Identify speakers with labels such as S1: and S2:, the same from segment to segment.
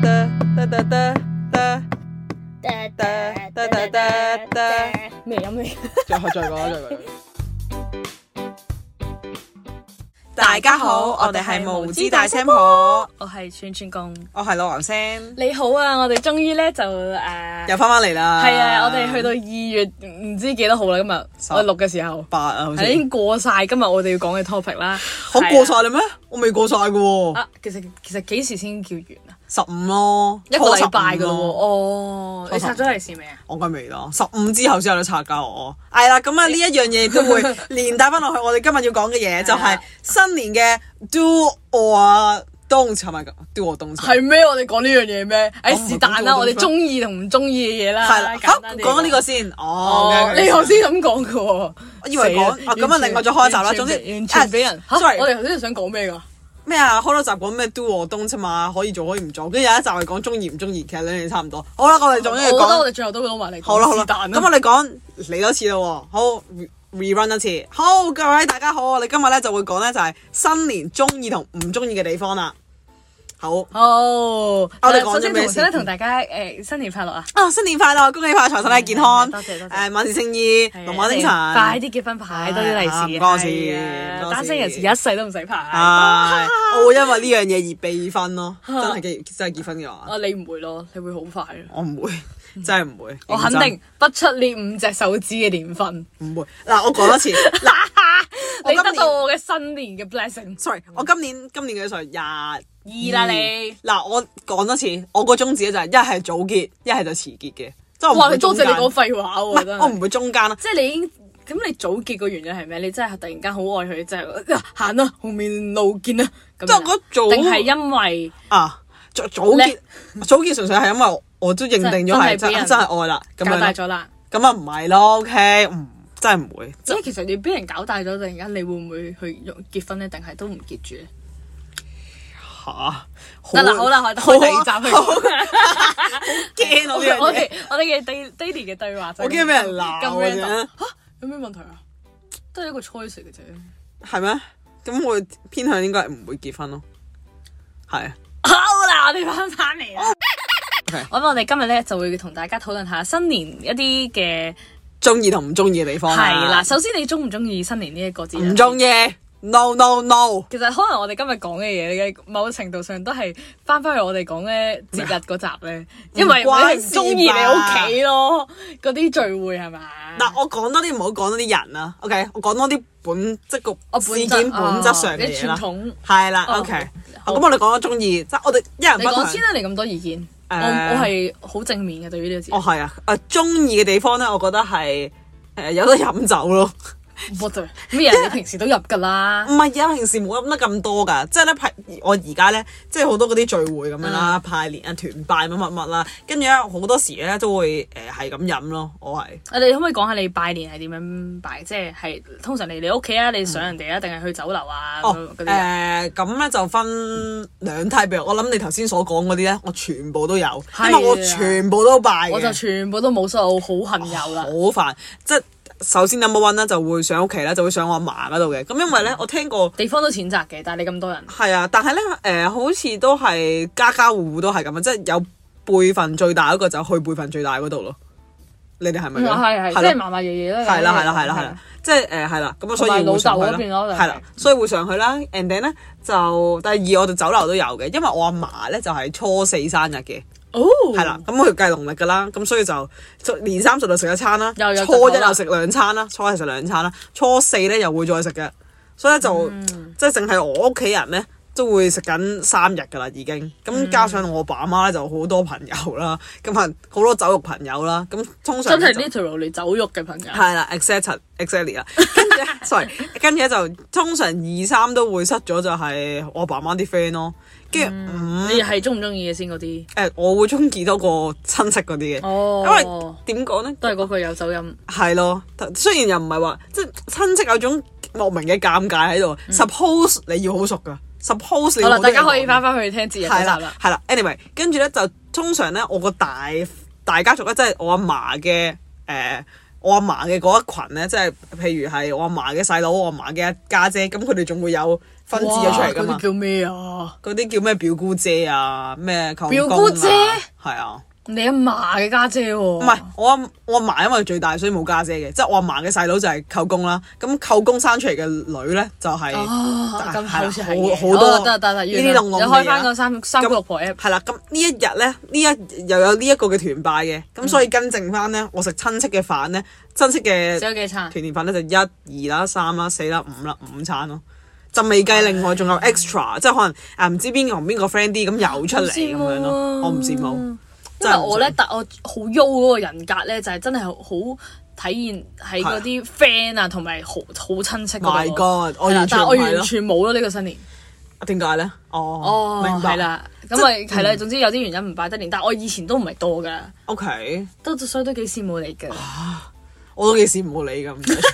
S1: 得得得得，
S2: 噠
S1: 噠噠噠噠噠
S2: 咩音嚟？
S1: 再再講 再講。大家好，我哋係無知大聲婆，
S2: 我係串串公。
S1: 我哦係老黃聲，
S2: 你好啊！我哋終於咧就誒，
S1: 又翻返嚟啦。
S2: 係啊！我哋去到二月唔知幾多號啦，今日
S1: 十
S2: 我哋錄嘅時候
S1: 八啊，好似
S2: 係已經過晒今日我哋要講嘅 topic 啦。
S1: 我
S2: 係啊
S1: 過晒啦咩？我未過晒嘅喎，
S2: 啊！其實其實幾時先叫完啊？
S1: 十五咯，
S2: 一個禮拜噶咯喎。
S1: 初15咯。
S2: 哦，
S1: 初
S2: 你
S1: 十五
S2: 拆咗利是未啊？
S1: 我梗未啦，十五之後先有得拆㗎我。係啦，咁啊呢一樣嘢亦 都會連帶翻落去我哋今日要講嘅
S2: 啊
S1: 嘢，就係新年嘅 do or don't 係咪咁？do or don't
S2: 係咩？我哋講呢樣嘢咩？
S1: 我
S2: 誒
S1: 唔係
S2: 是但
S1: 講
S2: 啦，
S1: 過
S2: 我哋
S1: 點解
S2: 中意同唔中意嘅嘢啦。
S1: 係啦，嚇
S2: 啊簡單啲
S1: 講呢個先。哦
S2: 哦，，
S1: OK，OK，
S2: 你頭先咁講嘅喎，
S1: 我以為講
S2: 死啦
S1: 啊咁啊
S2: 完全
S1: 另外再開一集啦總之
S2: 完全俾人
S1: 啊
S2: 嚇
S1: sorry
S2: 我哋頭先想講咩㗎？
S1: 咩啊？開多集講咩 do or don't 啫嘛，可以做可以唔做。跟住有一集係講中意唔中意，其實兩樣差唔多。好啦，我哋總
S2: 我
S1: 之
S2: 覺得我
S1: 講
S2: 哋最後都會攞埋嚟講
S1: 好啦好啦，
S2: 是但啦
S1: 咁我哋講嚟多次啦喎。好 re- rerun 一次。好，各位大家好，我哋今日咧就會講咧就係新年中意同唔中意嘅地方啦。好
S2: 哦，
S1: 我
S2: 誒
S1: 哋講咗
S2: 首先
S1: 咩
S2: 同
S1: 先
S2: 先咧同大家誒新年快樂啊！
S1: 啊，新年快樂，恭喜發財，身體健康，
S2: 嗯多謝多謝
S1: 誒萬事勝意，
S2: 係啊
S1: 龍馬精神，
S2: 快啲結婚牌，多啲利
S1: 係啊
S2: 是，
S1: 唔該
S2: 係
S1: 先唔
S2: 啊
S1: 該啊
S2: 單身人士
S1: 先
S2: 一世都唔使牌。
S1: 係，我會因為呢樣嘢而被婚咯，真係結真係結婚嘅話，
S2: 啊，你唔會咯，你會好快咯。
S1: 我唔 會，真係唔會，
S2: 嗯我肯
S1: 認真
S2: 定不出呢五隻手指嘅年份，
S1: 唔會。嗱，我講多次，嗱 我
S2: 你
S1: 今
S2: 得
S1: 年
S2: 到我嘅新年嘅 blessing。
S1: ，sorry，我今年今年嘅歲廿二
S2: 嗯二啦你，
S1: 嗱，我講多次，我個宗旨就係一係早結，一係就遲結嘅，即係我唔
S2: 哇！
S1: 會
S2: 你多謝你講
S1: 中間
S2: 廢話
S1: 嗯
S2: 喎，
S1: 唔
S2: 真
S1: 係
S2: 係
S1: 我唔會中間啊啦。
S2: 即係你已經咁，你早結個原因係咩？你真係突然間好愛佢，就係啊行啦，後面路見啦咁
S1: 即係
S2: 樣。
S1: 我早
S2: 定係因為
S1: 啊，早早結早結純粹係因為我都認定咗係
S2: 真係
S1: 真
S2: 俾人
S1: 真係愛啦，咁
S2: 搞大
S1: 樣咯
S2: 咗啦？
S1: 咁啊唔係咯，OK，唔真係唔會。
S2: 即係其實你俾人搞大咗，突然間你會唔會去用結婚咧？定係都唔結住咧？
S1: 吓，
S2: 得啦，好啦，我哋開第二集去
S1: 啊好啊
S2: 講。
S1: 驚啊我呢樣
S2: 我
S1: 嘢
S2: 哋我哋嘅 da- daily 嘅對話就係
S1: 我驚俾人鬧啊
S2: 咁
S1: 嘅
S2: random
S1: 啫
S2: 嚇有咩問題啊？都係一個 choice 嚟嘅啫。
S1: 係咩？咁我偏向應該係唔會結婚咯，係啊
S2: 好啦，我哋翻返嚟啦。
S1: ，OK，
S2: 咁我哋今日咧就會同大家討論下新年一啲嘅
S1: 中意同唔中意嘅地方
S2: 係啦，，首先你中唔中意新年呢一個字？
S1: 啊唔中。意，no no no，
S2: 其實可能我哋今日講嘅嘢咧，某程度上都係翻返去我哋講咧節日嗰集 咧，因為你係唔中意你屋企咯，嗰啲聚會係咪？
S1: 嗱我講多啲唔好講多啲人啦，OK，我講多啲本即個
S2: 我
S1: 事
S2: 本質
S1: 件本質上
S2: 哦你
S1: 嘅嘢
S2: 傳
S1: 啦，
S2: 統，
S1: 係啦
S2: 哦
S1: ，OK，啊
S2: 好
S1: 咁我哋講咗中意，即係我哋一人
S2: 你
S1: 分享
S2: 講先，啦，你咁多意見，我
S1: 誒
S2: 我係好正面嘅對於呢個字
S1: 哦。係啊，啊中意嘅地方咧，我覺得係誒有得飲酒咯。
S2: 我對咩人你平時都入㗎啦
S1: 唔，係啊，平時冇諗得咁多㗎，即係咧派我而家咧，即係好多嗰啲聚會咁樣啦，派年啊團拜乜乜乜啦，跟住咧好多時咧都會誒係咁飲咯，我係
S2: 啊你可唔可以講下你拜年係點樣拜？即係係通常嚟你屋企啊，你上人哋啊，定係去酒樓啊
S1: 哦
S2: 嗰啲啊？
S1: 誒咁咧就分兩 type，譬如我諗你頭先所講嗰啲咧，我全部都有，
S2: 係啊
S1: 因為我全部都拜
S2: 我就
S1: 嘅，
S2: 全部都冇所謂，好恨有啦
S1: 好。煩，即係。首先 number one 咧就會上屋企咧，就會上我阿嫲嗰度嘅。咁因為
S2: 嗯
S1: 咧，我聽過
S2: 地方都淺窄嘅，但係你咁多人，
S1: 係啊，但係咧，誒、好似都係家家戶戶都係咁啊，即係有輩份最大嗰個就去輩份最大嗰度咯。你哋係咪
S2: 係
S1: 咁？
S2: 嗯啊係
S1: 咯
S2: 即係嫲嫲爺爺啦，
S1: 係啦係啦係啦係啦，即係誒係啦，咁啊所
S2: 嗯同
S1: 以
S2: 埋
S1: 會上去
S2: 老
S1: 啦
S2: 豆嗰邊咯就係
S1: 係啦，所以會上去啦。And then 咧就第二我哋酒樓都有嘅，因為我阿嫲咧就係初四生日嘅，
S2: 哦，
S1: 係啦，，咁佢計農曆㗎啦，咁所以就就年三十就食一餐啦，
S2: 又有
S1: 初一
S2: 就好啦
S1: 又食兩餐啦，初一食兩餐啦，初四咧又會再食嘅，所以咧就、
S2: 嗯
S1: 即係淨係我屋企人咧都會食緊三日㗎啦已經，
S2: 嗯
S1: 咁加上我爸媽咧就好多朋友啦，咁啊好多酒肉朋友啦，咁通常
S2: 真係
S1: 就
S2: literally 酒肉嘅朋友，
S1: 係啦，exactly exactly 啦，跟住 sorry，跟住咧就通常二三都會失咗就係我爸媽啲 friend 咯，跟住
S2: 嗯
S1: 五
S2: 你係中唔中意嘅先嗰啲？
S1: 誒我會中意多過親戚嗰啲嘅，因為
S2: 哦，
S1: 點講咧
S2: 都係嗰句有酒飲，
S1: 係咯，雖然又唔係話即係親戚有種莫名嘅尷尬喺度，suppose 你要好熟㗎，suppose 你要
S2: 嗯好啦，
S1: 好多
S2: 大
S1: 嘢
S2: 家可以
S1: 講
S2: 翻返去聽節日嗰
S1: 係啦
S2: 集啦，。
S1: 係啦。Anyway，跟住咧就通常咧，我個大大家族咧，即係我阿嫲嘅誒，我阿嫲嘅嗰一群咧，即係譬如係我阿嫲嘅細佬、我阿嫲嘅家姐，咁佢哋仲會有分支咗出嚟
S2: 哇嗰
S1: 㗎
S2: 啲。
S1: 嘛
S2: 哦叫咩啊？
S1: 嗰啲叫咩表姑姐啊，咩舅公啊
S2: 表姑姐哦
S1: 係啊，
S2: 你阿嫲嘅家姐喎，唔
S1: 唔係我阿我阿嫲因為最大，所以冇家姐嘅，即係我阿嫲嘅細佬就係舅公啦。咁舅公生出嚟嘅女咧就係、
S2: 啊，咁好似係嘅
S1: 好好多
S2: 哦得得得，原來
S1: 呢啲弄弄
S2: 你
S1: 嘅嘢啊
S2: 開翻個三三姑六婆 app，
S1: 係啦，咁呢一日咧，呢一又有呢一個嘅團拜嘅，
S2: 嗯
S1: 咁所以跟正翻咧，我食親戚嘅飯咧，親戚嘅
S2: 食咗幾餐
S1: 團年飯咧就一、二啦、三啦、四啦、五啦、五餐咯，就未計另外仲有 extra，即係可能啊唔知邊個同邊個 friend 啲咁又出嚟咁樣咯，我唔羨慕，
S2: 啊因
S1: 真
S2: 為
S1: 係唔
S2: 我
S1: 羨
S2: 咧
S1: 慕，
S2: 但我好優嗰個人格咧，就係真係好體現喺嗰啲 friend 啊，同埋好好親戚嗰
S1: My
S2: 度
S1: God，我
S2: 係啦
S1: 完全
S2: 但
S1: 唔
S2: 我
S1: 係咯
S2: 完全冇咯呢個新年。
S1: 點解咧？哦，
S2: 哦，
S1: 明白嗯
S2: 係啦，咁咪係啦，總之有啲原因唔拜得年，但我以前都唔係多噶，
S1: ，OK，
S2: 都所以都幾羨慕你嘅。
S1: 啊我都幾羨慕你咁。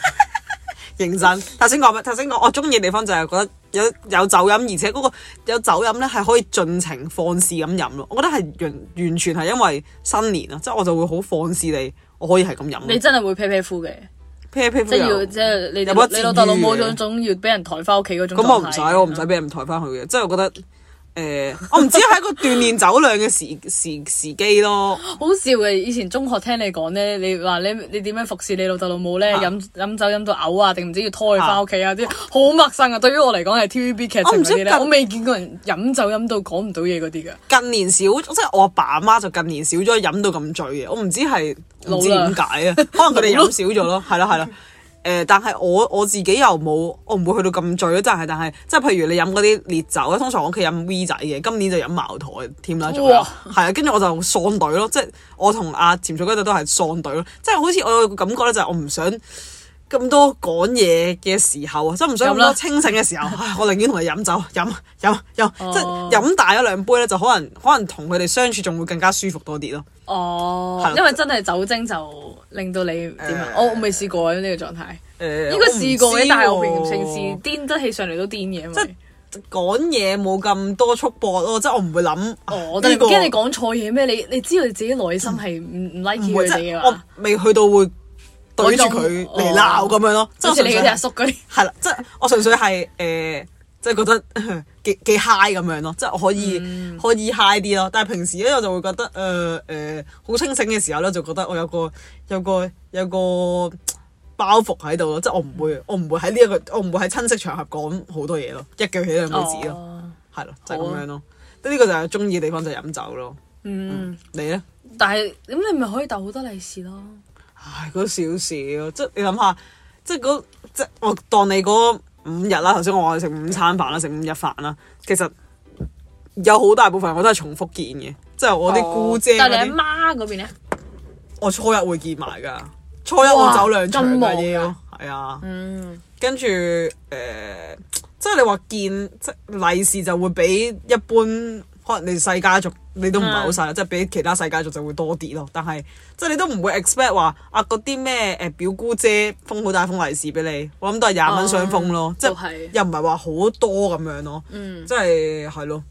S1: 認真，頭先講咩？頭先講我中意嘅地方就係覺得有有酒飲，而且嗰個有酒飲咧係可以盡情放肆咁飲咯。我覺得係完完全係因為新年啊，即係我就會好放肆地，我可以係咁飲
S2: 你
S1: 咯。
S2: 真係會啤啤夫嘅，
S1: 啤啤
S2: 即係要
S1: 又
S2: 即係你
S1: 有冇
S2: 哋
S1: 得
S2: 你老豆老母
S1: 自愈嘅
S2: 總總要俾人抬翻屋企嗰種狀態。
S1: 咁我唔使，我
S2: 嗯
S1: 唔使俾人抬翻去嘅。即係我覺得誒、呃我唔知係一個鍛鍊酒量嘅時時時機咯。
S2: 好笑嘅，以前中學聽你講咧，你話你你點樣服侍你老豆老母咧？
S1: 啊
S2: 飲飲酒飲到嘔啊，定唔知要拖佢翻屋企啊？啲好陌生啊！對於我嚟講係 TVB 劇情
S1: 我唔
S2: 嗰
S1: 知
S2: 啲咧，
S1: 近
S2: 我未見過人飲酒飲到講唔到嘢嗰啲㗎。
S1: 近年少，即係我阿爸阿媽就近年少咗飲到咁醉嘅，我唔知係
S2: 老啦
S1: 唔知點解 啊，可能佢哋飲少咗咯，係啦係啦。誒、但係我我自己又冇，我唔會去到咁醉咯，真係。但係即係譬如你飲嗰啲烈酒咧，通常我屋企飲 V 仔嘅，今年就飲茅台添啦，仲有
S2: 哇
S1: 係啊，跟住我就喪隊咯，即係我同阿潛水嗰度都係喪隊咯，即係好似我有個感覺咧，就係我唔想咁多講嘢嘅時候啊，即係唔想咁
S2: 飲啦
S1: 多清醒嘅時候，唉我寧願同佢飲酒，飲飲飲，即
S2: 哦
S1: 係飲大咗兩杯咧，就可能可能同佢哋相處仲會更加舒服多啲咯。
S2: 哦
S1: 係，
S2: 因為真係酒精就令到你點啊？我我未試過呢個狀態，
S1: 誒、
S2: 應該試過嘅，但係呃我平平時
S1: 時
S2: 癲得起上嚟都癲嘅，因為
S1: 講嘢冇咁多束縛咯，即係我唔會諗。啊
S2: 哦，但係
S1: 呢
S2: 唔
S1: 個
S2: 驚你講錯嘢咩？你你知道你自己內心係唔唔 like
S1: 唔
S2: 佢
S1: 會即
S2: 哋
S1: 係
S2: 嘅
S1: 我
S2: 嘛？
S1: 未去到會對住佢
S2: 嗰種
S1: 嚟鬧咁樣咯，即
S2: 哦好
S1: 係我
S2: 似
S1: 純
S2: 你
S1: 粹
S2: 嗰啲阿叔嗰啲。
S1: 係啦，即係我純粹係誒、呃即係覺得 幾幾 high 咁樣咯，即係我可以、
S2: 嗯
S1: 可以 high 啲咯。但係平時咧，我就會覺得誒誒好清醒嘅時候咧，就覺得我有個有個有個包袱喺度咯，即係我唔會我唔會喺呢一個我唔會喺親戚場合講好多嘢咯，一句起兩句止咯，
S2: 哦
S1: 係咯、就係、
S2: 好
S1: 咁
S2: 啊
S1: 樣咯。呢個就係中意嘅地方就係飲酒咯。
S2: 嗯，
S1: 你咧？
S2: 但係咁你咪可以逗好多利是咯。
S1: 唉，嗰少少，即係你諗下，即係嗰即係我當你嗰五日啦，頭先我話食五餐飯啦，食五日飯啦，其實有好大部分我都係重複見嘅，即係我啲姑姐嗰
S2: 哦但係
S1: 啲
S2: 你，阿媽嗰邊咧，
S1: 我初一會見埋㗎，初一我走兩場
S2: 哇咁忙
S1: 嘅
S2: 㗎
S1: 要，係啊，
S2: 嗯，
S1: 跟住誒，即係你話見即係利是就會比一般可能你細家族你都唔係好
S2: 嗯
S1: 細啦，即係比其他細家族就會多啲咯。但係即係你都唔會 expect 話啊嗰啲咩誒表姑姐封好大封利是俾你，我諗都係廿蚊雙封咯，即
S2: 就
S1: 係
S2: 哦係嗯
S1: 又唔係話好多咁樣咯，即係係咯，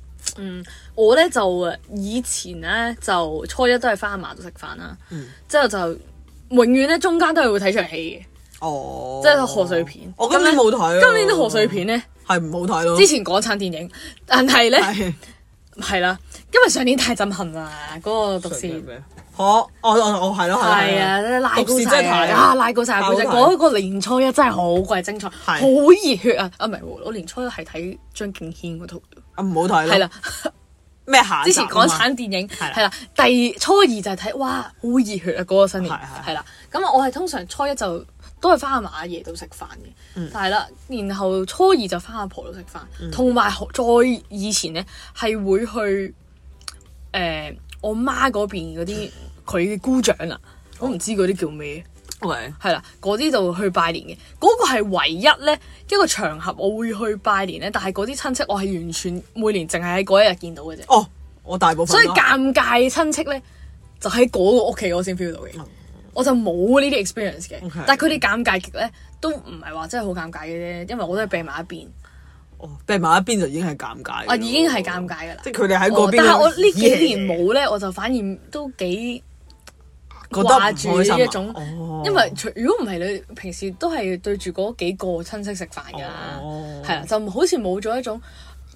S2: 我咧就誒以前咧就初一都係翻阿嫲度食飯啦，
S1: 嗯
S2: 之後就永遠咧中間都係會睇場戲
S1: 哦，
S2: 嘅，即係賀歲片。
S1: 我今年冇睇啊，
S2: 今年啲賀歲片咧，
S1: 係唔好睇咯，
S2: 之前港產電影，但係咧
S1: 嗯係
S2: 係啦，因為上年太震撼啦，嗰個毒
S1: 上年
S2: 舌。
S1: 咩我我我我係咯係咯
S2: 係
S1: 係
S2: 啊，真係拉
S1: 毒
S2: 高
S1: 舌
S2: 晒
S1: 真係太
S2: 啊，拉高晒背脊。
S1: 太好睇
S2: 嗰個年初一真係好鬼精彩，好熱血啊！啊，唔係喎，我年初一係睇張敬軒嗰套，
S1: 啊唔好睇咯，
S2: 係啦，
S1: 咩下
S2: 之前
S1: 集啊
S2: 港
S1: 嘛
S2: 產電影
S1: 係啦
S2: 係啦，第初二就係睇哇，好熱血啊！嗰個新年
S1: 係係
S2: 係啦，咁啊我係通常初一就都係翻阿嫲阿爺度食飯
S1: 嗯
S2: 嘅，但係啦，然後初二就翻阿婆度食飯，同埋再以前咧係會去誒我媽嗰邊嗰啲佢嘅姑丈啊，
S1: 哦
S2: 我唔知嗰啲叫咩。
S1: 喂，
S2: 係啦，嗰啲就去拜年嘅，嗰、個係唯一咧一個場合我會去拜年咧，但係嗰啲親戚我係完全每年淨係喺嗰一日見到嘅啫，
S1: 哦，我大部分
S2: 所以
S1: 都係
S2: 尷尬親戚咧就喺嗰個屋企我先 feel 到嘅，我就冇呢啲 experience 嘅
S1: 哦 OK
S2: 但係佢哋尷尬極咧都唔係話真係好尷尬嘅啫，因為我都係避埋一邊，
S1: 哦避埋一邊就已經係尷尬㗎咯。
S2: 啊已經係尷尬㗎啦哦
S1: 即。係佢哋喺嗰邊。
S2: 但係我呢幾年
S1: 咦
S2: 冇咧，我就反而都幾
S1: 覺得唔
S2: 掛住
S1: 開心啊
S2: 呢一種
S1: 哦
S2: 因為除如果唔係你平時都係對住嗰幾個親戚食飯㗎啦，
S1: 哦
S2: 係啦、啊就好似冇咗一種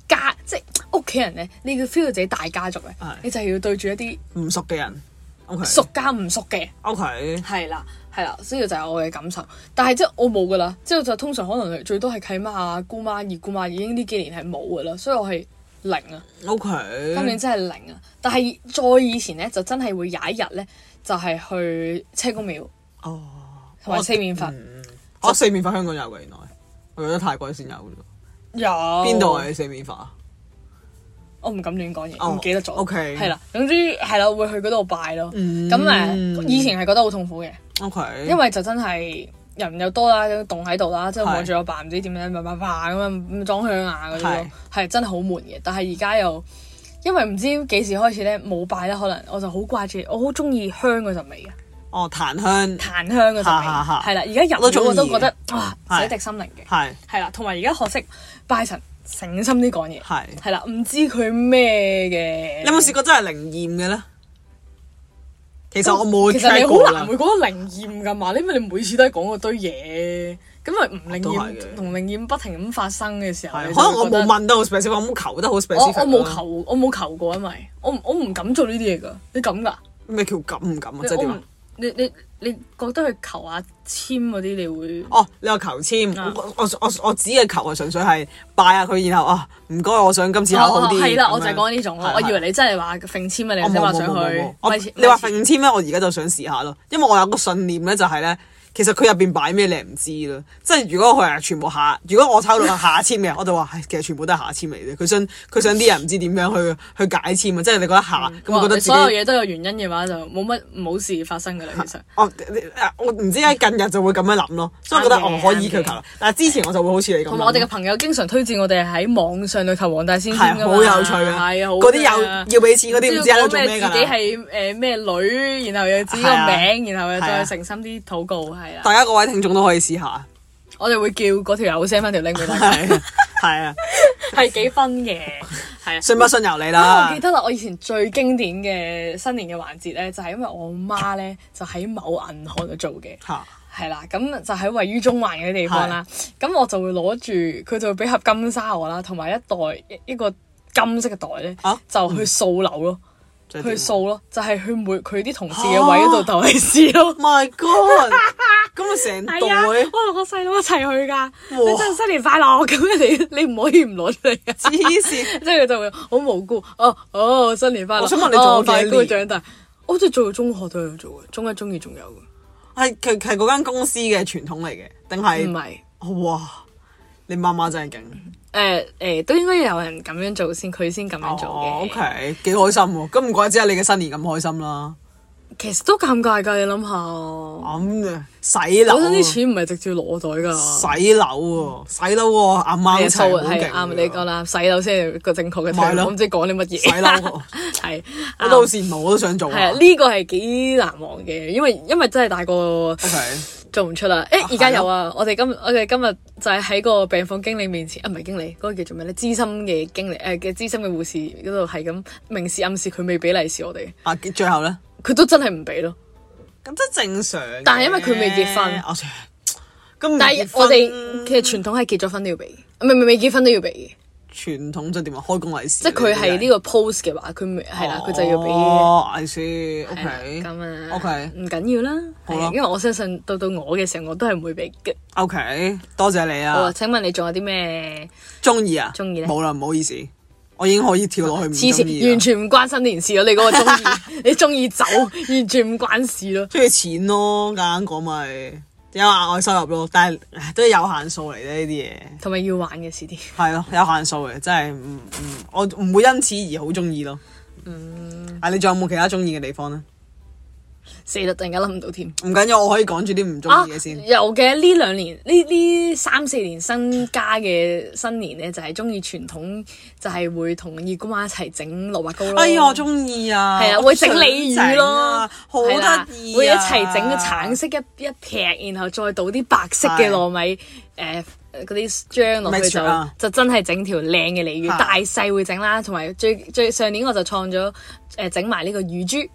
S2: 家即係屋企人咧，你要 feel 到自己大家族咧
S1: 係，
S2: 你就係要對住一啲
S1: 唔熟嘅人，OK，
S2: 熟加唔熟嘅，
S1: ，OK，
S2: 係啦係啦，所以就係我嘅感受。但係即係我冇㗎啦，之後就通常可能最多係契媽啊、姑媽、二姑媽，已經呢幾年係冇㗎啦，所以我係零啊。
S1: OK，
S2: 今年真係零啊！但係再以前咧，就真係會有一日咧，就係、去車公廟
S1: 哦，
S2: 同埋四面佛。
S1: 嗯我四面佛香港有嘅，原來我覺得泰國先有嘅啫。
S2: 有
S1: 邊
S2: 邊
S1: 度啊？？你四面佛啊？
S2: 我唔敢亂講嘢，
S1: 哦
S2: 我唔記得咗。
S1: OK
S2: 係啦，總之係啦，會去嗰度拜咯。
S1: 嗯
S2: 咁誒，以前係覺得好痛苦嘅，
S1: OK，
S2: 因為就真係人又多啦，凍喺度啦，即係
S1: 係
S2: 望住我爸唔知點樣，叭叭叭咁樣裝香啊嗰啲咯
S1: 係，
S2: 係真係好悶嘅。但係而家又因為唔知幾時開始咧冇拜啦，可能我就好掛住，我好中意香嗰陣味嘅。
S1: 哦檀香
S2: 檀香嗰陣味，
S1: 嚇嚇嚇
S2: 係啦，而家入
S1: 我都
S2: 咗
S1: 中意
S2: 我都覺得啊，
S1: 係
S2: 洗滌心靈嘅，
S1: 係
S2: 係啦，同埋而家學識拜神，誠心啲講嘢，
S1: 係。
S2: 係啦，唔知佢咩嘅。
S1: 你有冇試過真係靈驗嘅咧？其實我冇
S2: 其實
S1: check
S2: 你
S1: 過
S2: 好
S1: 啦
S2: 難會講到靈驗㗎嘛，因為你每次都係講嗰堆嘢，咁咪唔靈
S1: 都係嘅
S2: 驗同靈驗不停咁發生嘅時候，
S1: 係啊
S2: 你就
S1: 可能我
S2: 會覺
S1: 冇
S2: 得。
S1: 問得好 specific，我冇求得好
S2: 我
S1: specific 啦。
S2: 我冇求，我冇求過，因為我唔我唔敢做呢啲嘢㗎。你敢㗎？
S1: 咩叫敢唔敢啊？
S2: 你
S1: 即係
S2: 我
S1: 點
S2: 唔
S1: 啊？
S2: 你你你覺得去求下簽嗰啲，你會
S1: 哦，你話求簽，
S2: 啊
S1: 我我我我只係求啊，純粹係拜下佢，然後啊唔該，我想今次考好
S2: 哦
S1: 啲。
S2: 係啦，
S1: 咁
S2: 我就係
S1: 樣
S2: 講呢種咯
S1: 係。
S2: 我
S1: 係
S2: 以為你真係話揈簽啊，你
S1: 我
S2: 先
S1: 哦冇
S2: 話
S1: 冇
S2: 上
S1: 冇冇
S2: 去
S1: 冇。我
S2: 咪前
S1: 你話
S2: 咪前
S1: 揈簽咧，我而家就想試下咯，因為我有個信念咧，就係咧，其實佢入邊擺咩你係唔知啦。即係如果佢係全部下，如果我抽到係 下簽嘅，我就話唉其實全部都係下簽嚟嘅。佢想佢想啲人唔知點樣去去解簽啊，即係你覺得下，
S2: 嗯
S1: 咁我覺
S2: 哇
S1: 得
S2: 你
S1: 自
S2: 所有
S1: 己。
S2: 嘢都有原因嘅話，就冇乜冇事發生㗎啦。其實
S1: 我啊我唔知點解近日就會咁樣諗咯，所以我覺
S2: 啱
S1: 得
S2: 嘅
S1: 我可以佢
S2: 啱
S1: 求
S2: 嘅，
S1: 但係之前我就會好似你咁諗。
S2: 同埋我哋嘅朋友經常推薦我哋喺網上去求黃大仙
S1: 係
S2: 簽㗎嘛
S1: 好有趣啊！
S2: 係啊，好
S1: 嗰啲有
S2: 啊
S1: 要俾錢嗰啲唔知喺度做咩
S2: 知道
S1: 㗎
S2: 自己
S1: 啦。
S2: 係誒咩女，然後又自己個
S1: 係啊
S2: 名，然後又
S1: 係啊
S2: 再誠心啲禱告，係啦。
S1: 大家各位聽眾都可以 試下，
S2: 我哋會叫嗰條友 send 翻條 link 俾大 家，
S1: 係係啊，
S2: 係幾分嘅，係啊。
S1: 信不信由你
S2: 啊 我
S1: 啦
S2: 記。得啦，我以前最經典嘅新年嘅環節咧，就係、因為我媽咧就喺某銀行度做嘅，
S1: 嚇
S2: 係啦，咁就喺位於中環嘅地方啦。咁我就會攞住佢就會俾盒金沙我啦，同埋一袋一一個金色嘅袋咧，
S1: 啊
S2: 就去掃樓咯，
S1: 再
S2: 去
S1: 點
S2: 掃咯，就係、去每佢啲同事嘅位嗰度投利是咯。
S1: My God！咁 咪成
S2: 係啊，我
S1: 袋
S2: 同我細佬一齊去㗎，你真係新年快樂咁，你你唔可以唔攞出嚟 㗎。
S1: 黐線，
S2: 即係佢就會好無辜，哦哦，新年快樂！
S1: 我想問你做咗
S2: 哦
S1: 幾多年
S2: 快高長大，我好似做到中學都有做嘅，中一、中二仲有嘅，
S1: 係其係嗰間公司嘅傳統嚟嘅，定
S2: 唔
S1: 係
S2: 係
S1: 哇？你媽媽真係勁，
S2: 誒誒，呃都應該有人咁樣做先，佢先咁樣做
S1: 哦
S2: 嘅。
S1: OK，幾開心喎！咁唔怪之係你嘅新年咁開心啦。
S2: 其實都尷尬㗎，你諗下，
S1: 咁啊，洗樓
S2: 嗰陣
S1: 啊，
S2: 啲錢唔係直接攞袋㗎，
S1: 洗樓喎，洗樓喎，阿媽
S2: 係
S1: 一齊
S2: 數
S1: 好
S2: 係
S1: 勁
S2: 啱
S1: 㗎
S2: 你講啦，洗樓先係個正確嘅
S1: 咪係
S2: 題
S1: 咯
S2: 目，我唔知講啲乜
S1: 洗
S2: 嘢。
S1: 樓，
S2: 係，
S1: 我都好
S2: 啱
S1: 羨慕，我都想做
S2: 係啊，
S1: 啊。
S2: 呢個係幾難忘嘅，因為因為真係大個。
S1: OK，
S2: 做唔出啦！誒
S1: 啊，
S2: 而家有啊！我哋今我哋今日就係喺個病房經理面前，啊唔係經理，嗰、個叫做咩咧？資深嘅經理誒嘅資深嘅護士嗰度係咁明示暗示佢未俾利是我哋，
S1: 啊，最後咧，
S2: 佢都真係唔俾咯。
S1: 咁都正常嘅。
S2: 但係因為佢未結婚
S1: 我切咁唔
S2: 但係我
S1: 嗯結
S2: 哋
S1: 婚
S2: 其實傳統係結咗婚都要俾，唔係唔係未結婚都要俾嘅，
S1: 傳統就點啊？啊開工利是，
S2: 即係佢係呢個 post 嘅話，佢未係啦，佢就要俾。
S1: 哦，I see。
S2: 係啦
S1: OK，
S2: 咁啊
S1: OK
S2: 唔緊要啦，
S1: 好啦
S2: 係因為我相信到到我嘅時候，我都係唔會俾嘅。
S1: OK，多謝你
S2: 好啊，
S1: 啊！
S2: 請問你仲有啲咩
S1: 中意啊？
S2: 鍾意呢
S1: 冇啦，唔好意思，我已經可以跳落去唔
S2: 黐
S1: 中意
S2: 線，
S1: 啊啦
S2: 完。全唔關新年事咯！你嗰個中 意，你中意走，完全唔關事咯。
S1: 中意錢咯，夾硬講咪有額外收入咯，但係唉都有限數嚟咧呢啲嘢。
S2: 同埋要玩嘅事啲，
S1: 係咯，有限數嘅，真係唔唔，我唔會因此而好中意咯。嗯，啊，你仲有冇其他中意嘅地方咧？
S2: 死啦！突然間諗唔到添。
S1: 唔緊要，我可以講住啲唔中
S2: 啊，
S1: 意嘅先。
S2: 有嘅呢兩年，呢呢三四年新家嘅新年咧，就係中意傳統，就係會同二姑媽一齊整蘿蔔糕咯。
S1: 哎呀，我中意啊！
S2: 係啊，
S1: 我
S2: 會整鯉魚咯，
S1: 啊好
S2: 係啦
S1: 得意啊！
S2: 會一齊整個橙色一一劈，然後再倒啲白色嘅
S1: 係
S2: 糯米誒嗰啲漿落去
S1: Mixture 啊
S2: 就就真係整條靚嘅鯉魚，
S1: 嚇
S2: 大細會整啦，同埋最最上年我就創咗誒整埋呢個乳豬。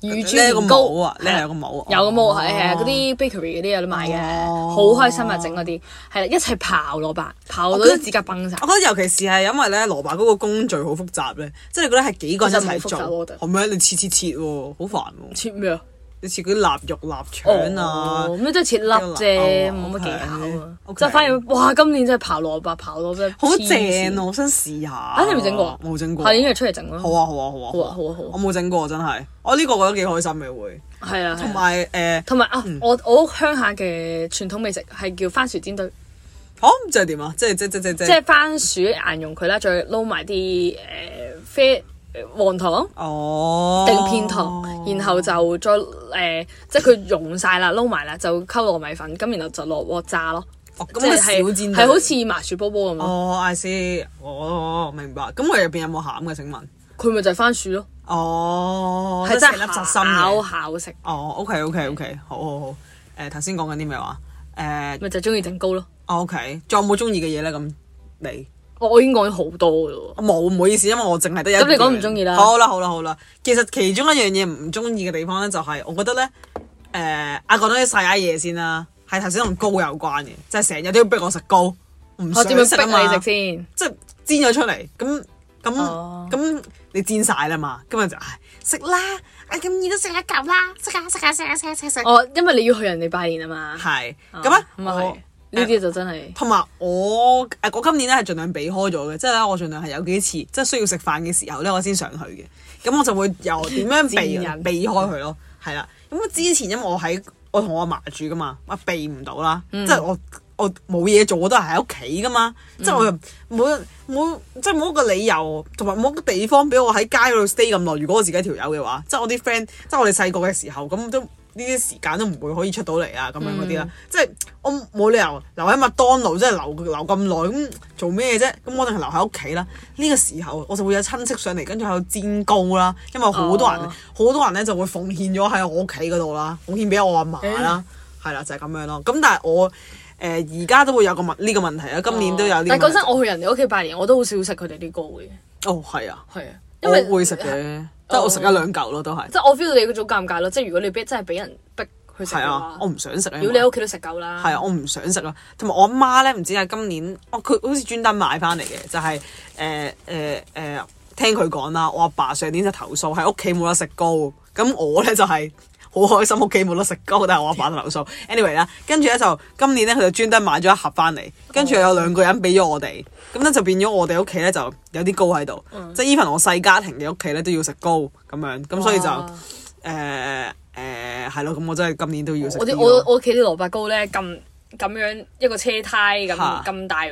S2: 乳
S1: 你
S2: 豬
S1: 係個
S2: 年糕
S1: 帽啊，你係有個帽啊，哦
S2: 有個
S1: 帽
S2: 毛係係嗰啲 bakery 嗰啲有得賣嘅，
S1: 哦
S2: 好開心啊！整嗰啲係啦，一齊刨蘿蔔，刨到
S1: 我覺得
S2: 啲指甲崩晒
S1: 我。覺得尤其是係因為咧蘿蔔嗰個工序好複雜咧，即係你覺得係幾個人一
S2: 其實唔
S1: 齊
S2: 係複雜我
S1: 做
S2: 覺，得
S1: 係咪？你切切切喎，好煩喎！
S2: 切咩啊？
S1: 你切嗰啲臘肉、臘腸啊，
S2: 哦咩都係切粒啫，
S1: 哦
S2: 冇乜技巧啊
S1: OK，OK。
S2: 即係反而哇，今年真係刨蘿蔔刨到真係
S1: 好
S2: 黐
S1: 正
S2: 線
S1: 啊！我想試下。
S2: 啊！
S1: 啊
S2: 你有冇整過啊？
S1: 冇整過。
S2: 下年就出嚟整咯。
S1: 好啊！好啊！好啊！
S2: 好啊好啊好啊
S1: 我冇整過真係，我呢個覺得幾開心嘅會，
S2: 係啊，係啊
S1: 同埋嗯誒，
S2: 同埋啊，我我屋鄉下嘅傳統美食係叫番薯煎堆，
S1: 好即係點啊？即係即係即係即
S2: 即係
S1: 係
S2: 番薯硬用佢啦，再撈埋啲誒啡誒黃糖。
S1: 哦，
S2: 定片糖，然後就再誒、呃即係佢溶晒啦，撈埋啦，就溝糯米粉，咁然後就落鍋炸咯。
S1: 哦咁
S2: 即係
S1: 咪小煎
S2: 係
S1: 堆
S2: 係好似麻薯煲煲咁咯，
S1: 哦，I see，哦，明白。咁佢入邊有冇餡啊嘅？請問？
S2: 佢咪、就係番薯咯，
S1: 哦，
S2: 係
S1: 即
S2: 真
S1: 係四粒
S2: 係
S1: 實心
S2: 咬
S1: 嘅。
S2: 咬食，
S1: 哦，OK OK OK，好好好。誒頭先講緊啲咩話？誒哦
S2: 咪就係中意整糕咯。
S1: ，OK，仲有冇中意嘅嘢咧？咁你
S2: 我我已經講咗好多噶咯
S1: 冇唔好意思，因為我淨係得一樣。
S2: 咁你講唔鍾意啦
S1: 好啦好啦好啦，其實其中一樣嘢唔中意嘅地方咧，就係我覺得咧，誒啊講多啲細嘢先啦，係頭先同糕有關嘅，就係成日都要逼我食糕，唔
S2: 喎，我哦
S1: 想
S2: 點
S1: 食
S2: 樣
S1: 啊嘛
S2: 逼你食先？
S1: 即係煎咗出嚟，咁咁
S2: 哦
S1: 咁你煎晒啦嘛，咁咪就唉食啦，啊咁你都食一嚿啦，食啊食啊食啊食啊食啊食啊，
S2: 哦，因為你要去人哋拜年啊嘛。
S1: 係咁
S2: 啊
S1: 啊，
S2: 咁啊係
S1: 我，
S2: 呢啲就真係
S1: 同埋我誒我今年咧係盡量避開咗嘅，即係咧我盡量係有幾次即係需要食飯嘅時候咧，我先上去嘅，咁我就會由點樣避
S2: 賤人
S1: 避開佢咯，係啦。咁之前因為我喺我同我阿嫲住噶嘛，我避唔到啦，即係我我冇嘢做，我都係喺屋企噶嘛，即係我又冇冇即係冇一個理由，同埋冇一個地方俾我喺街嗰度 stay 咁耐。如果我自己條友嘅話，即係我啲 friend，即係我哋細個嘅時候咁都。呢啲時間都唔會可以出到嚟啊，咁樣嗰啲啦，即係我冇理由留喺麥當勞，即係留留咁耐，咁做咩啫？咁我一定係留喺屋企啦。呢、個時候我就會有親戚上嚟，跟住喺度煎糕啦，因為好多人好、
S2: 哦
S1: 多人咧就會奉獻咗喺我屋企嗰度啦，奉獻俾我阿嫲啦，係啦、就係、咁樣咯。咁但係我誒而家都會有個問呢、個問題啦，啊今年都有呢個
S2: 哦但係
S1: 問
S2: 嗰
S1: 題。
S2: 陣我去人哋屋企拜年，我都好少食佢哋啲糕嘅，
S1: 哦，係啊，
S2: 係啊，因
S1: 我
S2: 為哦
S1: 會食嘅，即係我食一兩嚿咯，都係。
S2: 即係我 feel 到你嗰種尷尬咯，即係如果你俾真係俾人逼去食
S1: 係
S2: 嘅
S1: 啊
S2: 話，
S1: 我，唔想食啊。
S2: 如果
S1: 因
S2: 你
S1: 為
S2: 喺屋企都食夠啦，
S1: 係啊，我唔想食啊。同埋我媽咧，唔知係今年，哦佢好似專登買翻嚟嘅，就係誒誒誒，聽佢講啦。我阿爸上年就投訴喺屋企冇得食糕，咁我咧就係、好開心，屋企冇得食糕，但係我阿爸投訴。anyway 啦，跟住咧就今年咧佢就專登買咗一盒翻嚟，跟住有兩個人俾咗我哋，咁咧就變咗我哋屋企咧就有啲糕喺度，
S2: 嗯
S1: 即係 even 我細家庭嘅屋企咧都要食糕咁樣，咁所以就誒
S2: 哇
S1: 誒係咯，咁我真係今年都要食
S2: 我
S1: 啲
S2: 啲我
S1: 咯
S2: 我屋企啲蘿蔔糕咧咁咁樣一個車胎咁
S1: 嚇
S2: 咁大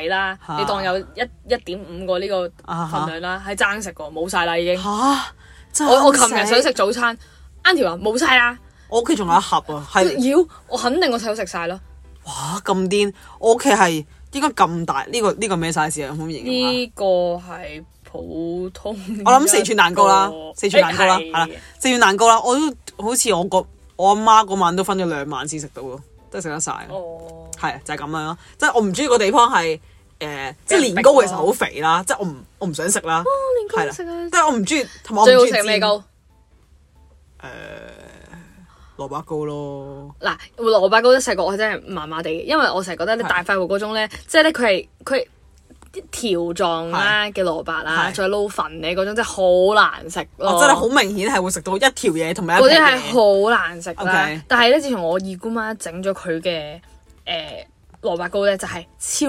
S2: 底啦，
S1: 嚇
S2: 你當有一一點五個呢個
S1: 啊
S2: 份量啦，係爭食過冇晒啦已經。
S1: 嚇！真係
S2: 我我
S1: 好
S2: 琴日想食早餐，Auntie 話冇晒啦，
S1: 我屋企仲有一盒啊，係
S2: 妖我肯定我細佬食晒咯，
S1: 哇咁癲！我屋企係應該咁大，呢、個呢、個咩 size 啊？可唔可以形容下？
S2: 呢個係普通。
S1: 我諗四寸蛋糕啦，四寸蛋糕啦，係啦、四寸蛋糕啦，我都好似我個我阿媽嗰晚都分咗兩晚先食到咯，都係食得晒。
S2: 哦，
S1: 係啊就係咁樣咯，即係我唔中意個地方係誒、呃即係年糕其實好肥啦，即係我唔我唔想食啦，
S2: 年糕
S1: 係
S2: 好
S1: 啦，
S2: 食啊
S1: 即係我唔中意，同埋我
S2: 最
S1: 唔
S2: 好
S1: 中
S2: 食
S1: 意
S2: 咩
S1: 煎
S2: 糕？
S1: 蘿蔔糕咯，
S2: 嗱，蘿蔔糕咧細個我真係麻麻地嘅，因為我成日覺得咧大快活嗰種咧，即係咧佢係佢係條狀啦嘅蘿蔔啦，
S1: 係
S2: 再撈粉嘅嗰種真係好難食
S1: 我
S2: 咯，
S1: 真係好明顯係會食到一條嘢同埋一
S2: 哦嗰
S1: 皮
S2: 啲係
S1: 嘢
S2: 好難食啦
S1: OK。
S2: 但係咧，自從我二姑媽整咗佢嘅誒蘿蔔糕咧，就係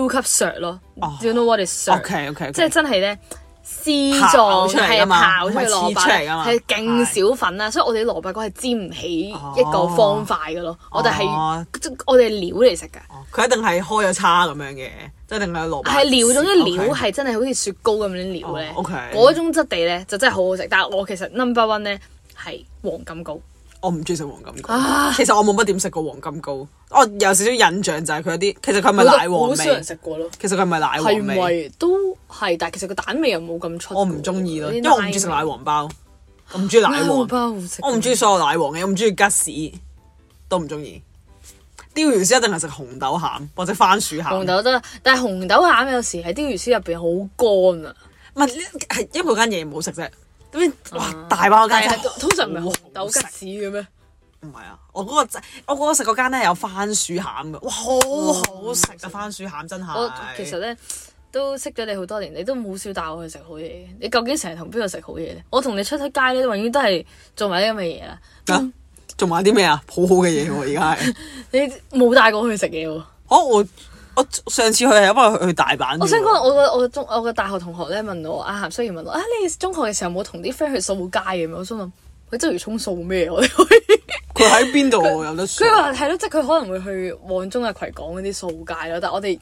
S2: 超級削咯
S1: 哦。
S2: Do you know what is 削？
S1: OK OK，
S2: 即係真係咧絲
S1: 刨
S2: 狀
S1: 出嚟㗎
S2: 係啊
S1: 嘛
S2: 刨出嚟
S1: 唔係
S2: 蘿
S1: 切出嚟㗎嘛
S2: 蔔，係勁少粉啦，啊所以我哋啲蘿蔔糕係煎唔起
S1: 哦
S2: 一個方塊嘅咯，我哋
S1: 哦啊
S2: 係我哋係料嚟食㗎，
S1: 佢一定係開咗叉咁樣嘅，即係一定係蘿蔔絲。
S2: 係料，總之料
S1: OK
S2: 係真係好似雪糕咁樣料咧
S1: 哦，，OK
S2: 嗰種質地咧就真係好好食，但係我其實 number one 咧係黃金糕，
S1: 我唔中意食黃金糕。
S2: 啊
S1: 其實我冇乜點食過黃金糕，我有少少印象就係佢一啲，其實佢係咪奶黃
S2: 好少
S1: 味
S2: 人？食過咯。
S1: 其實佢係咪奶
S2: 係
S1: 黃味？
S2: 咪都係？但係其實個蛋味又冇咁出。
S1: 我唔中意咯，因為我唔中意食奶黃包，我唔中意奶
S2: 奶
S1: 黃，
S2: 黃包好食。
S1: 我唔中意所有奶黃嘅，我唔中意吉士，都唔中意。鯛魚絲一定係食紅豆餡或者番薯
S2: 紅
S1: 餡，
S2: 豆得，但係紅豆餡有時喺鯛魚絲入邊好乾啊！
S1: 唔係呢係因為佢間嘢唔好食啫。咁哇大把嗰
S2: 啊但
S1: 間真
S2: 係
S1: 係
S2: 通常唔係
S1: 好
S2: 紅豆
S1: 好食
S2: 吉士嘅咩？
S1: 唔係啊！我嗰個真我嗰個食嗰間咧有番薯餡嘅，哇好好食啊！番薯餡真係
S2: 哦
S1: 啊
S2: 我其實咧都識咗你好多年，你都冇少帶我去食好嘢嘅。你究竟成日同邊個食好嘢咧？我同你出出街咧，永遠都係做埋啲咁嘅嘢啦。
S1: 啊仲買啲咩啊？好好嘅嘢喎，而家 係。
S2: 你冇帶過我去食嘢喎。
S1: 哦，我我上次去係因為去去大阪啫喎。
S2: 我想講，我個我中我個大學同學咧問我啊，雖然問我啊，你中學嘅時候冇同啲 friend 去掃街嘅咩？我心諗佢周如沖掃咩？啊我哋去
S1: 佢喺邊度有得
S2: 佢
S1: 上？
S2: 話係咯，即係佢可能會去旺中啊、葵港嗰啲掃街咯。但係我哋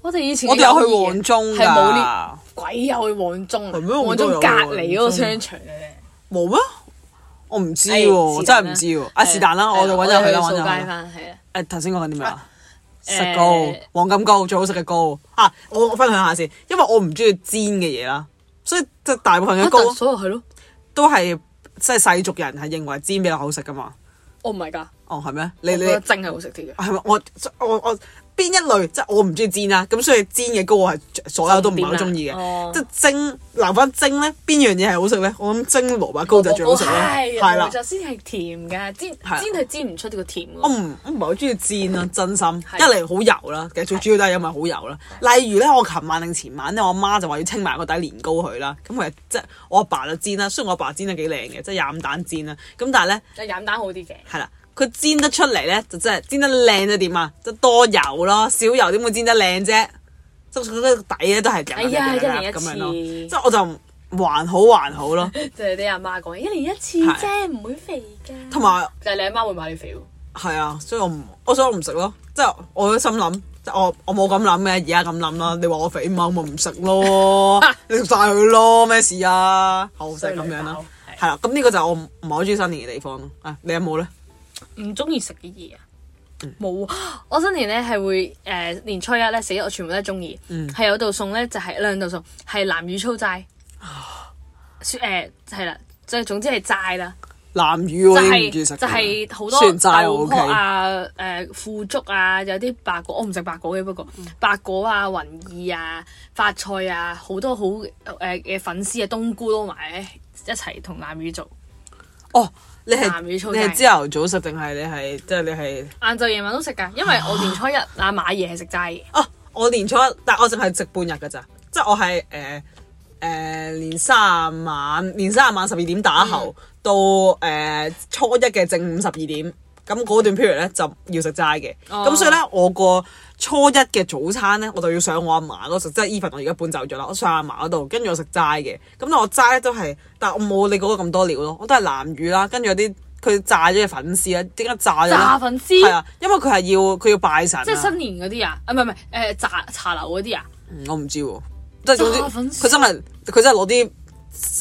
S2: 我哋以前
S1: 我哋有去旺中
S2: 係冇呢
S1: 㗎，
S2: 鬼有去旺中啊
S1: 係咩，
S2: 旺中
S1: 我都有
S2: 隔
S1: 去
S2: 離嗰個
S1: 旺中
S2: 商場咧。
S1: 冇咩？我唔知
S2: 哎
S1: 喎，
S2: 是
S1: 真
S2: 但啦
S1: 係
S2: 哎
S1: 唔知喎。啊是但啦，
S2: 係
S1: 我就揾咗佢啦，
S2: 我哋去掃
S1: 揾咗佢
S2: 街
S1: 啦。
S2: 翻，係啦。
S1: 誒頭先講緊啲咩啊？
S2: 誒
S1: 石膏、黃金糕最好食嘅糕啊！我我分享下先，因為我唔中意煎嘅嘢啦，所以即係大部分嘅
S2: 啊，
S1: 糕
S2: 但所以係咯，
S1: 都係即係世俗人係認為煎比較好食噶嘛。
S2: 我唔係㗎，
S1: 哦，係咩？
S2: Oh 我
S1: 你
S2: 覺
S1: 你
S2: 得蒸係好食啲嘅。
S1: 係咪我我我邊一類即係我唔中意煎啦，咁所以煎嘅糕我係所啊有都唔係好中意
S2: 就唔掂啦哦
S1: 嘅，即係蒸留翻蒸咧，邊樣嘢係好食咧？我諗蒸蘿蔔糕就最好食啦，係啦
S2: 就，先係甜嘅，煎
S1: 係啦啊
S2: 煎係煎唔出呢個甜
S1: 我
S2: 嘅。
S1: 唔我唔係好中意煎啦，真心一嚟好油啦，其實最主要都係因為好油啦。例如咧，我琴晚定前晚咧，我阿媽就話要清埋個底年糕佢啦，咁佢即係我阿爸就煎啦，雖然我阿爸煎得幾靚嘅，即係廿五蛋煎啦，咁但係咧。
S2: 就飲蛋好啲嘅，
S1: 係啦，佢煎得出嚟咧，就真係煎得靚咗點啊？即係多油咯，少油點會煎得靚啫？即係佢個底咧都係
S2: 哎
S1: 油
S2: 呀
S1: 油
S2: 一年一
S1: 咁樣
S2: 次
S1: 咯。即係我就還好還好咯，
S2: 就係你阿媽講一年一次
S1: 係
S2: 啫，唔會肥㗎。
S1: 同埋
S2: 但係你阿媽會買你肥喎，
S1: 係啊，所以我唔，我所以我唔食咯。即係我都心諗，即係我我冇咁諗嘅，而家咁諗啦。你話我肥嘛，我咪唔食 咯，你食晒佢咯，咩事啊？好就係咁
S2: 衰
S1: 樣啦
S2: 女，飽
S1: 係啦。咁呢個就係我唔唔係好中意新年嘅地方咯。啊，你有冇咧？
S2: 唔中意食嘅嘢啊。
S1: 嗯
S2: 冇啊！我新年咧係會誒、呃年初一咧死，我全部都係中意，係、
S1: 嗯
S2: 有道餸咧就係、兩道餸係南乳粗齋，
S1: 啊
S2: 雪誒係啦，即係總之係齋啦。
S1: 南乳
S2: 就
S1: 我
S2: 係
S1: 已經唔中意食嘅，
S2: 就係好多
S1: 雖然齋我
S2: 豆
S1: OK
S2: 殼啊、誒腐竹啊，有啲白果，我唔食白果嘅，不過
S1: 嗯
S2: 白果啊、雲耳啊、發菜啊，好多好誒嘅粉絲啊、冬菇撈埋咧一齊同南乳做，
S1: 哦，你係
S2: 南乳粗
S1: 你係
S2: 製
S1: 朝頭早食定係你係即係你係
S2: 晏晝夜晚都食㗎，因為我年初一阿馬爺係食齋嘅，
S1: 哦，我年初一，但我淨係食半日㗎咋，即係我係誒誒年三十晚，年三十晚十二點打後、
S2: 嗯
S1: 到誒、呃初一嘅正午十二點。咁嗰段 period 咧就要食齋嘅，咁、
S2: 哦
S1: 所以咧我個初一嘅早餐咧，我就要上我阿嫲嗰度食，即係 even 我而家搬走咗啦，我上阿嫲嗰度，跟住我食齋嘅，咁但我齋咧都係，但我冇你嗰個咁多料咯，我都係南乳啦，跟住有啲佢炸咗嘅粉絲咧，點解炸咗呢
S2: 炸粉
S1: 係
S2: 絲，
S1: 啊，因為佢係要佢要拜神啊。
S2: 即係新年嗰啲啊，啊唔係唔係誒茶茶樓嗰啲啊，
S1: 嗯我唔知喎，即係總之
S2: 炸粉絲
S1: 佢真係佢真係攞啲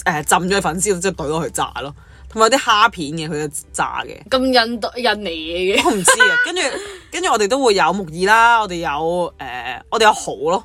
S1: 誒浸咗嘅粉絲，即係懟落去炸咯。同埋有啲蝦片嘅，佢就炸嘅。
S2: 咁印度印尼嘢嘅，
S1: 我唔知 啊，跟住跟住我哋都會有木耳啦，我哋有誒、呃我哋有蠔咯，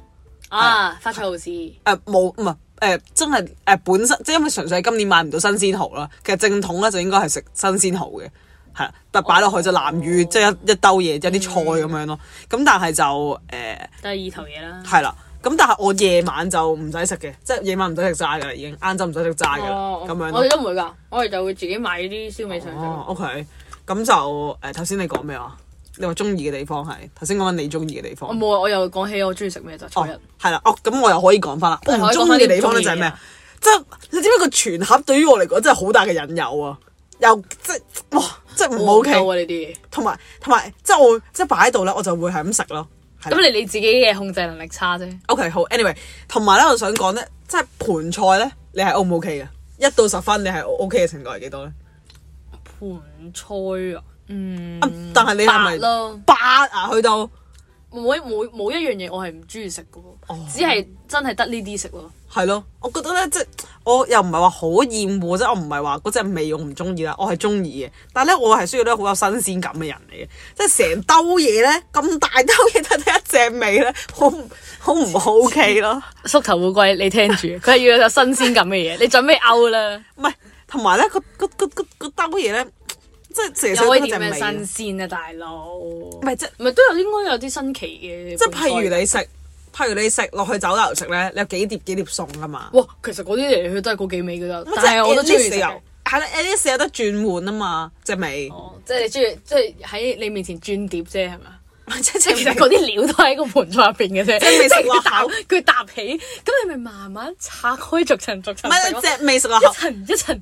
S1: 哦
S2: 啊發菜好事，
S1: 誒冇唔係誒真係誒、呃本身即係因為純粹係今年買唔到新鮮蠔啦，其實正統咧就應該係食新鮮蠔嘅，係啦，但擺落去就南乳，
S2: 哦
S1: 即係一一兜嘢，即係啲菜咁樣咯。咁但係就誒。呃
S2: 第二頭嘢啦，
S1: 係啦。咁但係我夜晚就唔使食嘅，即係夜晚唔使食齋㗎啦，已經晏晝唔使食齋㗎啦
S2: 哦，
S1: 啊咁樣
S2: 我哋
S1: 咯。
S2: 都唔會㗎，我哋就會自己買啲燒味上食
S1: 哦。，OK，咁就呃誒頭先你講咩話？你話中意嘅地方係頭先講緊你中意嘅地方
S2: 我。冇啊！我又講起我中意食咩就初
S1: 哦
S2: 一，，
S1: 係啦，哦，咁我又可以講翻啦。我
S2: 係
S1: 唔
S2: 可以講
S1: 中意
S2: 返
S1: 嘅
S2: 啲
S1: 地方咧就
S2: 唔中意
S1: 係
S2: 嘅
S1: 咩
S2: 嘢？
S1: 即係你知唔知個全盒對於我嚟講真係好大嘅引誘啊！又即係哇，即係唔
S2: 我
S1: OK，
S2: 夠啊呢啲嘢。
S1: 同埋同埋即係我即係擺喺度咧，我就會係咁食咯。係啦
S2: 咁你你自己嘅控制能力差啫。
S1: OK，好。Anyway，同埋咧，我想講咧，即係盤菜咧，你係 O 唔 OK 嘅？一到十分，你係 O K 嘅程度係幾多咧？
S2: 盤菜啊，嗯，
S1: 啊但係你係
S2: 八
S1: 咪
S2: 咯，
S1: 八啊？去到
S2: 冇一冇冇一樣嘢我係唔中意食嘅
S1: 哦
S2: 喎，只係真係得呢啲食咯。
S1: 係咯，我覺得咧，即係我又唔係話好厭惡，即係我唔係話嗰隻味我唔中意啦，我係中意嘅。但係咧，我係需要咧好有新鮮感嘅人嚟嘅，即係成兜嘢咧咁大兜嘢得得一隻味咧，好唔好唔 OK 咯？
S2: 縮頭烏龜，你聽住，佢係要有新鮮感嘅嘢，你準備勾啦，
S1: 唔係，同埋咧個個個個個兜嘢咧，即係成
S2: 又可
S1: 成
S2: 以
S1: 得一隻
S2: 點
S1: 味啊，
S2: 樣新鮮啊，大佬？
S1: 唔係即係啊
S2: 唔係都有應該有啲新奇嘅，
S1: 即係譬如
S2: 你
S1: 你食譬如你食落去酒樓食咧，你有幾碟幾碟餸噶嘛？
S2: 哇，其實嗰啲嚟嚟去去都係嗰幾味㗎咋，
S1: 咁即
S2: 但係我都
S1: at
S2: 中意
S1: least
S2: 食
S1: 你有啊
S2: 嘅。
S1: 係啦，at least 有得轉換啊嘛，隻味。
S2: 哦，即係你中意，即係喺你面前轉碟啫，係嘛？
S1: 即
S2: 即係其實嗰啲料都喺個盤菜入邊嘅啫，
S1: 係未食落
S2: 佢搭
S1: 口
S2: 佢搭起，咁你咪慢慢拆開逐層逐
S1: 唔
S2: 層食咯，
S1: 係隻味食落
S2: 一
S1: 口
S2: 層一層。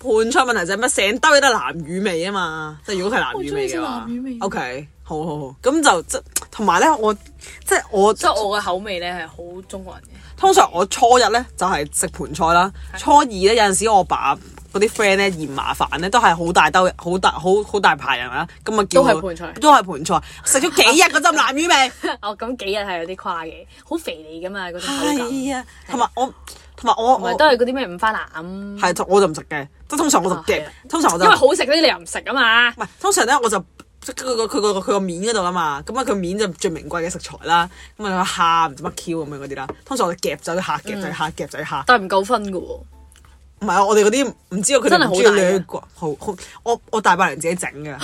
S1: 判出問題就係乜成兜都係南乳味啊嘛，即係如果佢係南乳味嘅
S2: 我
S1: 話
S2: 中意食南乳味
S1: ，O K，好好好，咁就即同埋咧，我即係我
S2: 所以我嘅口味咧係好中國人 嘅，
S1: 通常我初一咧就係食盤菜啦，初二咧有陣時我爸嗰啲 friend 咧嫌麻煩咧，都係好大兜，好大好好大排人啦，咁啊叫我
S2: 都係盤菜
S1: 都係盤菜，食咗幾 日嗰陣南乳味。
S2: 我哦咁幾日係有啲誇嘅，好肥膩噶嘛嗰種口感，
S1: 係啊，同埋我，同埋我，
S2: 同埋
S1: 我
S2: 都係嗰啲咩五花腩，
S1: 係我就唔食嘅，即係通常我就
S2: 啊係
S1: 夾
S2: 啊，
S1: 通常我
S2: 因
S1: 就
S2: 為好食嗰啲你又唔食啊嘛
S1: 唔，係通常咧我就即係佢個佢個佢個面嗰度啊嘛，咁啊佢面就最名貴嘅食材啦，咁啊有蝦唔知乜 Q 咁樣嗰啲啦，通常我哋夾走啲蝦，夾
S2: 嗯
S1: 走啲蝦，夾走啲蝦，
S2: 但係唔夠分嘅喎，
S1: 唔係啊，我哋嗰啲唔知道佢
S2: 真
S1: 哋
S2: 係
S1: 唔
S2: 好
S1: 中
S2: 大嘅
S1: 意
S2: 啊
S1: 掠過，好好，我我大伯娘自己整嘅，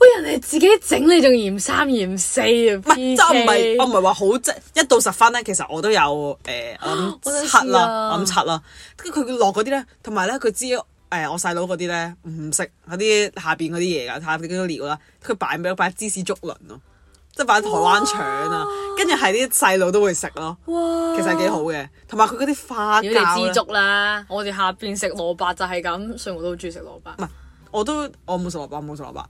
S2: 喂人哋自己整你仲嫌三嫌四啊，
S1: 唔係即係我唔係我唔係話好即係一到十分咧，其實我都有誒、
S2: 我想試
S1: 我諗七啦，
S2: 啊
S1: 我諗七啦，跟住佢落嗰啲咧，同埋咧佢知誒、我細佬嗰啲咧唔食嗰啲下邊嗰啲嘢㗎，下邊嗰啲料啦，佢擺咩擺芝士竹輪咯，即係擺台灣腸啊，跟住係啲細路都會食咯，
S2: 哇
S1: 其實係幾好嘅，同埋佢嗰啲花
S2: 如果你
S1: 膠
S2: 知
S1: 呢
S2: 足啦，我哋下邊食蘿蔔就係咁，所以我都好中意食蘿蔔
S1: 唔。係我都我冇食蘿蔔，冇食蘿蔔，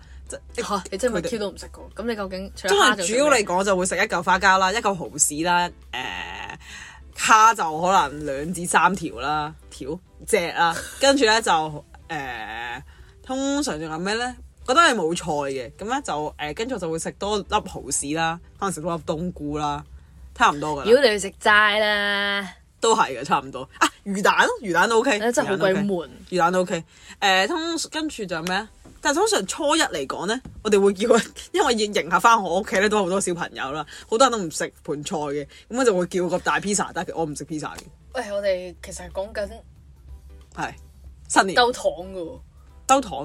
S1: 即係
S2: 嚇你真係
S1: 佢哋
S2: Q 都唔食過，咁你究竟除咗
S1: 通
S2: 蝦
S1: 常
S2: 就
S1: 主
S2: 食
S1: 要
S2: 咩
S1: 嚟講就會食一嚿花膠啦，一嚿蠔豉啦，誒、蝦就可能兩至三條啦，條隻啦， 跟住咧就誒、通常仲有咩咧？覺得係冇菜嘅，咁咧就誒，呃跟、住我就會食多粒蠔豉啦，可能食多粒冬菇啦，差唔多噶
S2: 如
S1: 啦，
S2: 果你去食齋啦，
S1: 都係嘅，差唔多啊，魚蛋咯，魚蛋都 OK，
S2: 真係好
S1: 魚蛋都
S2: 鬼
S1: OK
S2: 悶。
S1: 魚蛋都 OK。誒、通跟住就咩啊？但係通常初一嚟講咧，我哋會叫，因為要迎合翻我屋企咧，都好多小朋友啦，好多人都唔食盤菜嘅，咁我就會叫個大 pizza，但係其實我唔食 pizza 嘅，
S2: 喂，我哋其實係講緊
S1: 係新年
S2: 兜糖嘅喎，
S1: 兜糖，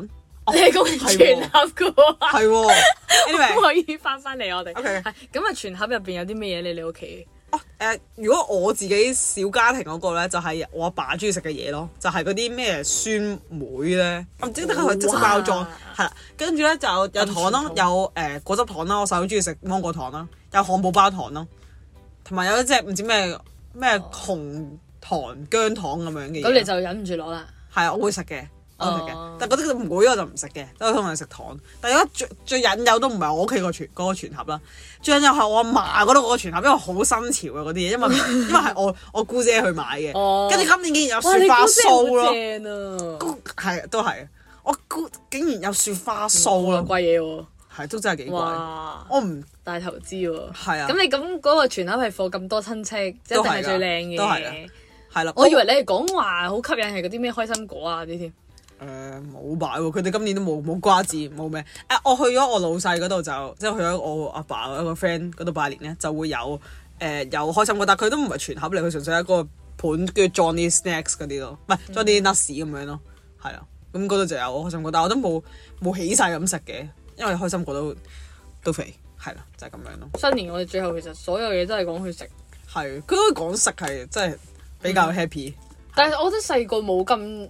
S1: 哦
S2: 你係講緊全盒嘅喎，
S1: 係喎。
S2: 可唔
S1: anyway，
S2: 可以翻翻嚟我哋。
S1: OK
S2: 係咁啊，全盒入邊有啲咩嘢咧？你屋企
S1: 哦誒、如果我自己小家庭嗰個咧，就係、我阿爸中意食嘅嘢咯，就係嗰啲咩酸梅咧，我唔知得佢係即食包裝
S2: 哦哇，啊
S1: 係啦，跟住咧就有呃糖
S2: 咁傳
S1: 咯
S2: 統，
S1: 有誒果汁糖啦，我細佬中意食芒果糖啦，有漢堡包糖啦，同埋有一隻唔知咩咩紅糖薑糖咁樣嘅
S2: 哦咁你
S1: 嘢，
S2: 就忍唔住攞啦。
S1: 係啊，我會食嘅。我會食嘅
S2: 哦，
S1: 但係覺得梅我就唔食嘅，都可能食糖。但係而家最最引誘都唔係我屋企個全嗰個全盒啦，最引誘係我阿嫲嗰度嗰個全盒，因為好新潮啊嗰啲嘢，因為因為係我我姑姐去買嘅，
S2: 哦
S1: 跟住今年竟然有
S2: 哇，你
S1: 雪花酥
S2: 好
S1: 咯，
S2: 正啊！
S1: 係都係，我姑竟然有雪花酥
S2: 好
S1: 咯，
S2: 貴嘢喎，
S1: 係都真係幾貴，
S2: 哇！
S1: 我唔
S2: 大投資喎。
S1: 係啊
S2: 咁你咁嗰個全盒係貨咁多親戚，一定
S1: 都係㗎
S2: 係最靚
S1: 都係㗎
S2: 嘅。
S1: 係啦，
S2: 我以為你係講話好吸引係嗰啲咩開心果啊啲添。
S1: 誒冇買喎，佢哋今年都冇冇瓜子冇咩。誒、我去咗我老細嗰度就，即係去咗我阿爸一個 friend 嗰度拜年咧，就會有誒、有開心果，但佢都唔係全盒嚟，佢純粹係一個盤，跟住裝啲 snacks 嗰啲咯，唔係裝
S2: 嗯
S1: 啲 nuts 咁樣咯，係啊。咁嗰度就有開心果，但我都冇冇起晒咁食嘅，因為開心果都都肥，係啦，就係、咁樣咯。
S2: 新年我哋最後其實所有嘢都係講去食，
S1: 係，佢都講食係真係比
S2: 嗯
S1: 較 happy。
S2: 但係我覺得細個冇咁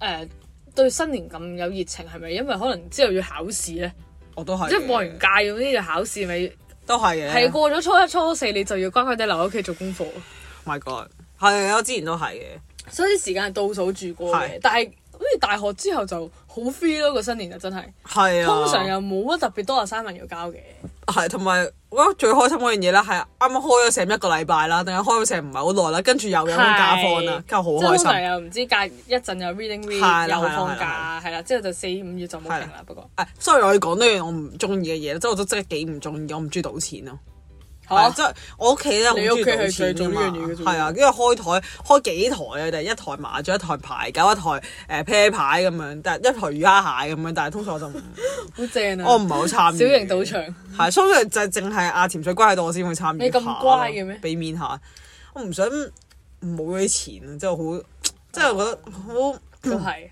S2: 誒對新年咁有熱情，係咪因為可能之後要考試咧？
S1: 我都係嘅，
S2: 即係放完假咁呢要考試咪
S1: 都係啊嘅，
S2: 係過咗初一初四你就要乖乖地留喺屋企做功課，
S1: My God，係啊，我之前都係嘅。
S2: 所以啲時間係倒數住過
S1: 係
S2: 嘅。但係好似大學之後就好 free 咯，個新年就真係
S1: 係啊，
S2: 通常又冇乜特別多 assignment 要交嘅。
S1: 係同埋我覺得最開心嗰樣嘢咧，係啱啱開咗成一個禮拜啦，定係開咗成唔係好耐啦，跟住又有咁假放啦
S2: 係，即係
S1: 跟住啊
S2: 啊
S1: 好開
S2: 通常
S1: 心。
S2: 又唔知隔一陣又 reading
S1: 係啦
S2: read
S1: 係
S2: 又
S1: 啦
S2: 放
S1: 係啦
S2: 假，係啦，之後就四五月就冇
S1: 係啦
S2: 停啦。不過
S1: 誒，sorry，我要啊講多樣我唔中意嘅嘢，即係我都真係幾唔中意，我唔中意賭錢咯。係
S2: 嚇
S1: 啊，即係我屋企咧，好中意
S2: 你屋企係
S1: 賭
S2: 最
S1: 錢㗎
S2: 做呢
S1: 嘛
S2: 樣嘢嘅啫喎
S1: 係啊，因為開台開幾台啊，就係一台麻雀、一台牌九、一台誒啤牌咁樣，但係一台魚蝦蟹咁樣，但係通常我 就唔，
S2: 好正啊！
S1: 我唔係嗯好參與。
S2: 小型賭場。
S1: 係，所以就淨係阿潛水乖喺度，我先會參與
S2: 你咁
S1: 下咯
S2: 乖嘅咩
S1: 俾面下，我唔想冇啲錢啊！即係好，即係我覺得好唔
S2: 都係，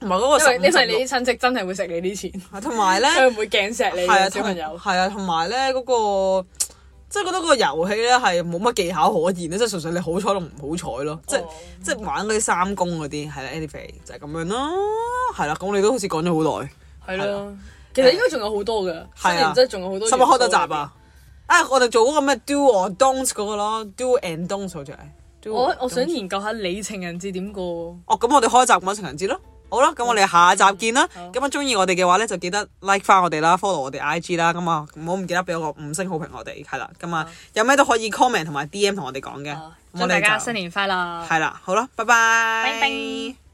S1: 係嗰個
S2: 因為因為
S1: 十
S2: 你啲親戚真係會食你 啲錢，
S1: 你同埋咧
S2: 佢唔會鏡錫你
S1: 係啊，
S2: 嘅
S1: 同
S2: 小朋友。
S1: 係啊，同埋咧嗰個即係覺得個遊戲咧係冇乜技巧可言咧，即係純粹你好彩同唔好彩咯。即係
S2: 哦
S1: 即係玩嗰啲三公嗰啲係啦，anyway 就係咁樣咯。係啦，咁你都好似講咗好耐，
S2: 係
S1: 係啊
S2: 咯。其實應該仲有好多嘅，
S1: 係啊
S2: 新年真係仲有好多。
S1: 使唔使開多集？啊？啊，我哋做嗰個咩 do or don't 嗰個咯，do and don't 好似係。Do
S2: 我
S1: or
S2: 我想
S1: don't
S2: 研究下你情人節點過。
S1: 哦，咁我哋開集講情人節咯。好啦，咁我哋下集見啦。
S2: 好
S1: 咁啊，中意我哋嘅話咧，就記得 like 翻我哋啦，follow 我哋 IG 啦。咁啊，唔好唔記得俾我個五星好評我哋，係啦。咁啊，有咩都可以 comment 同埋 DM 同我哋講嘅。咁
S2: 啊祝
S1: 我
S2: 大
S1: 哋
S2: 家
S1: 就
S2: 新年快樂！
S1: 係啦，好啦，拜拜。
S2: 拜拜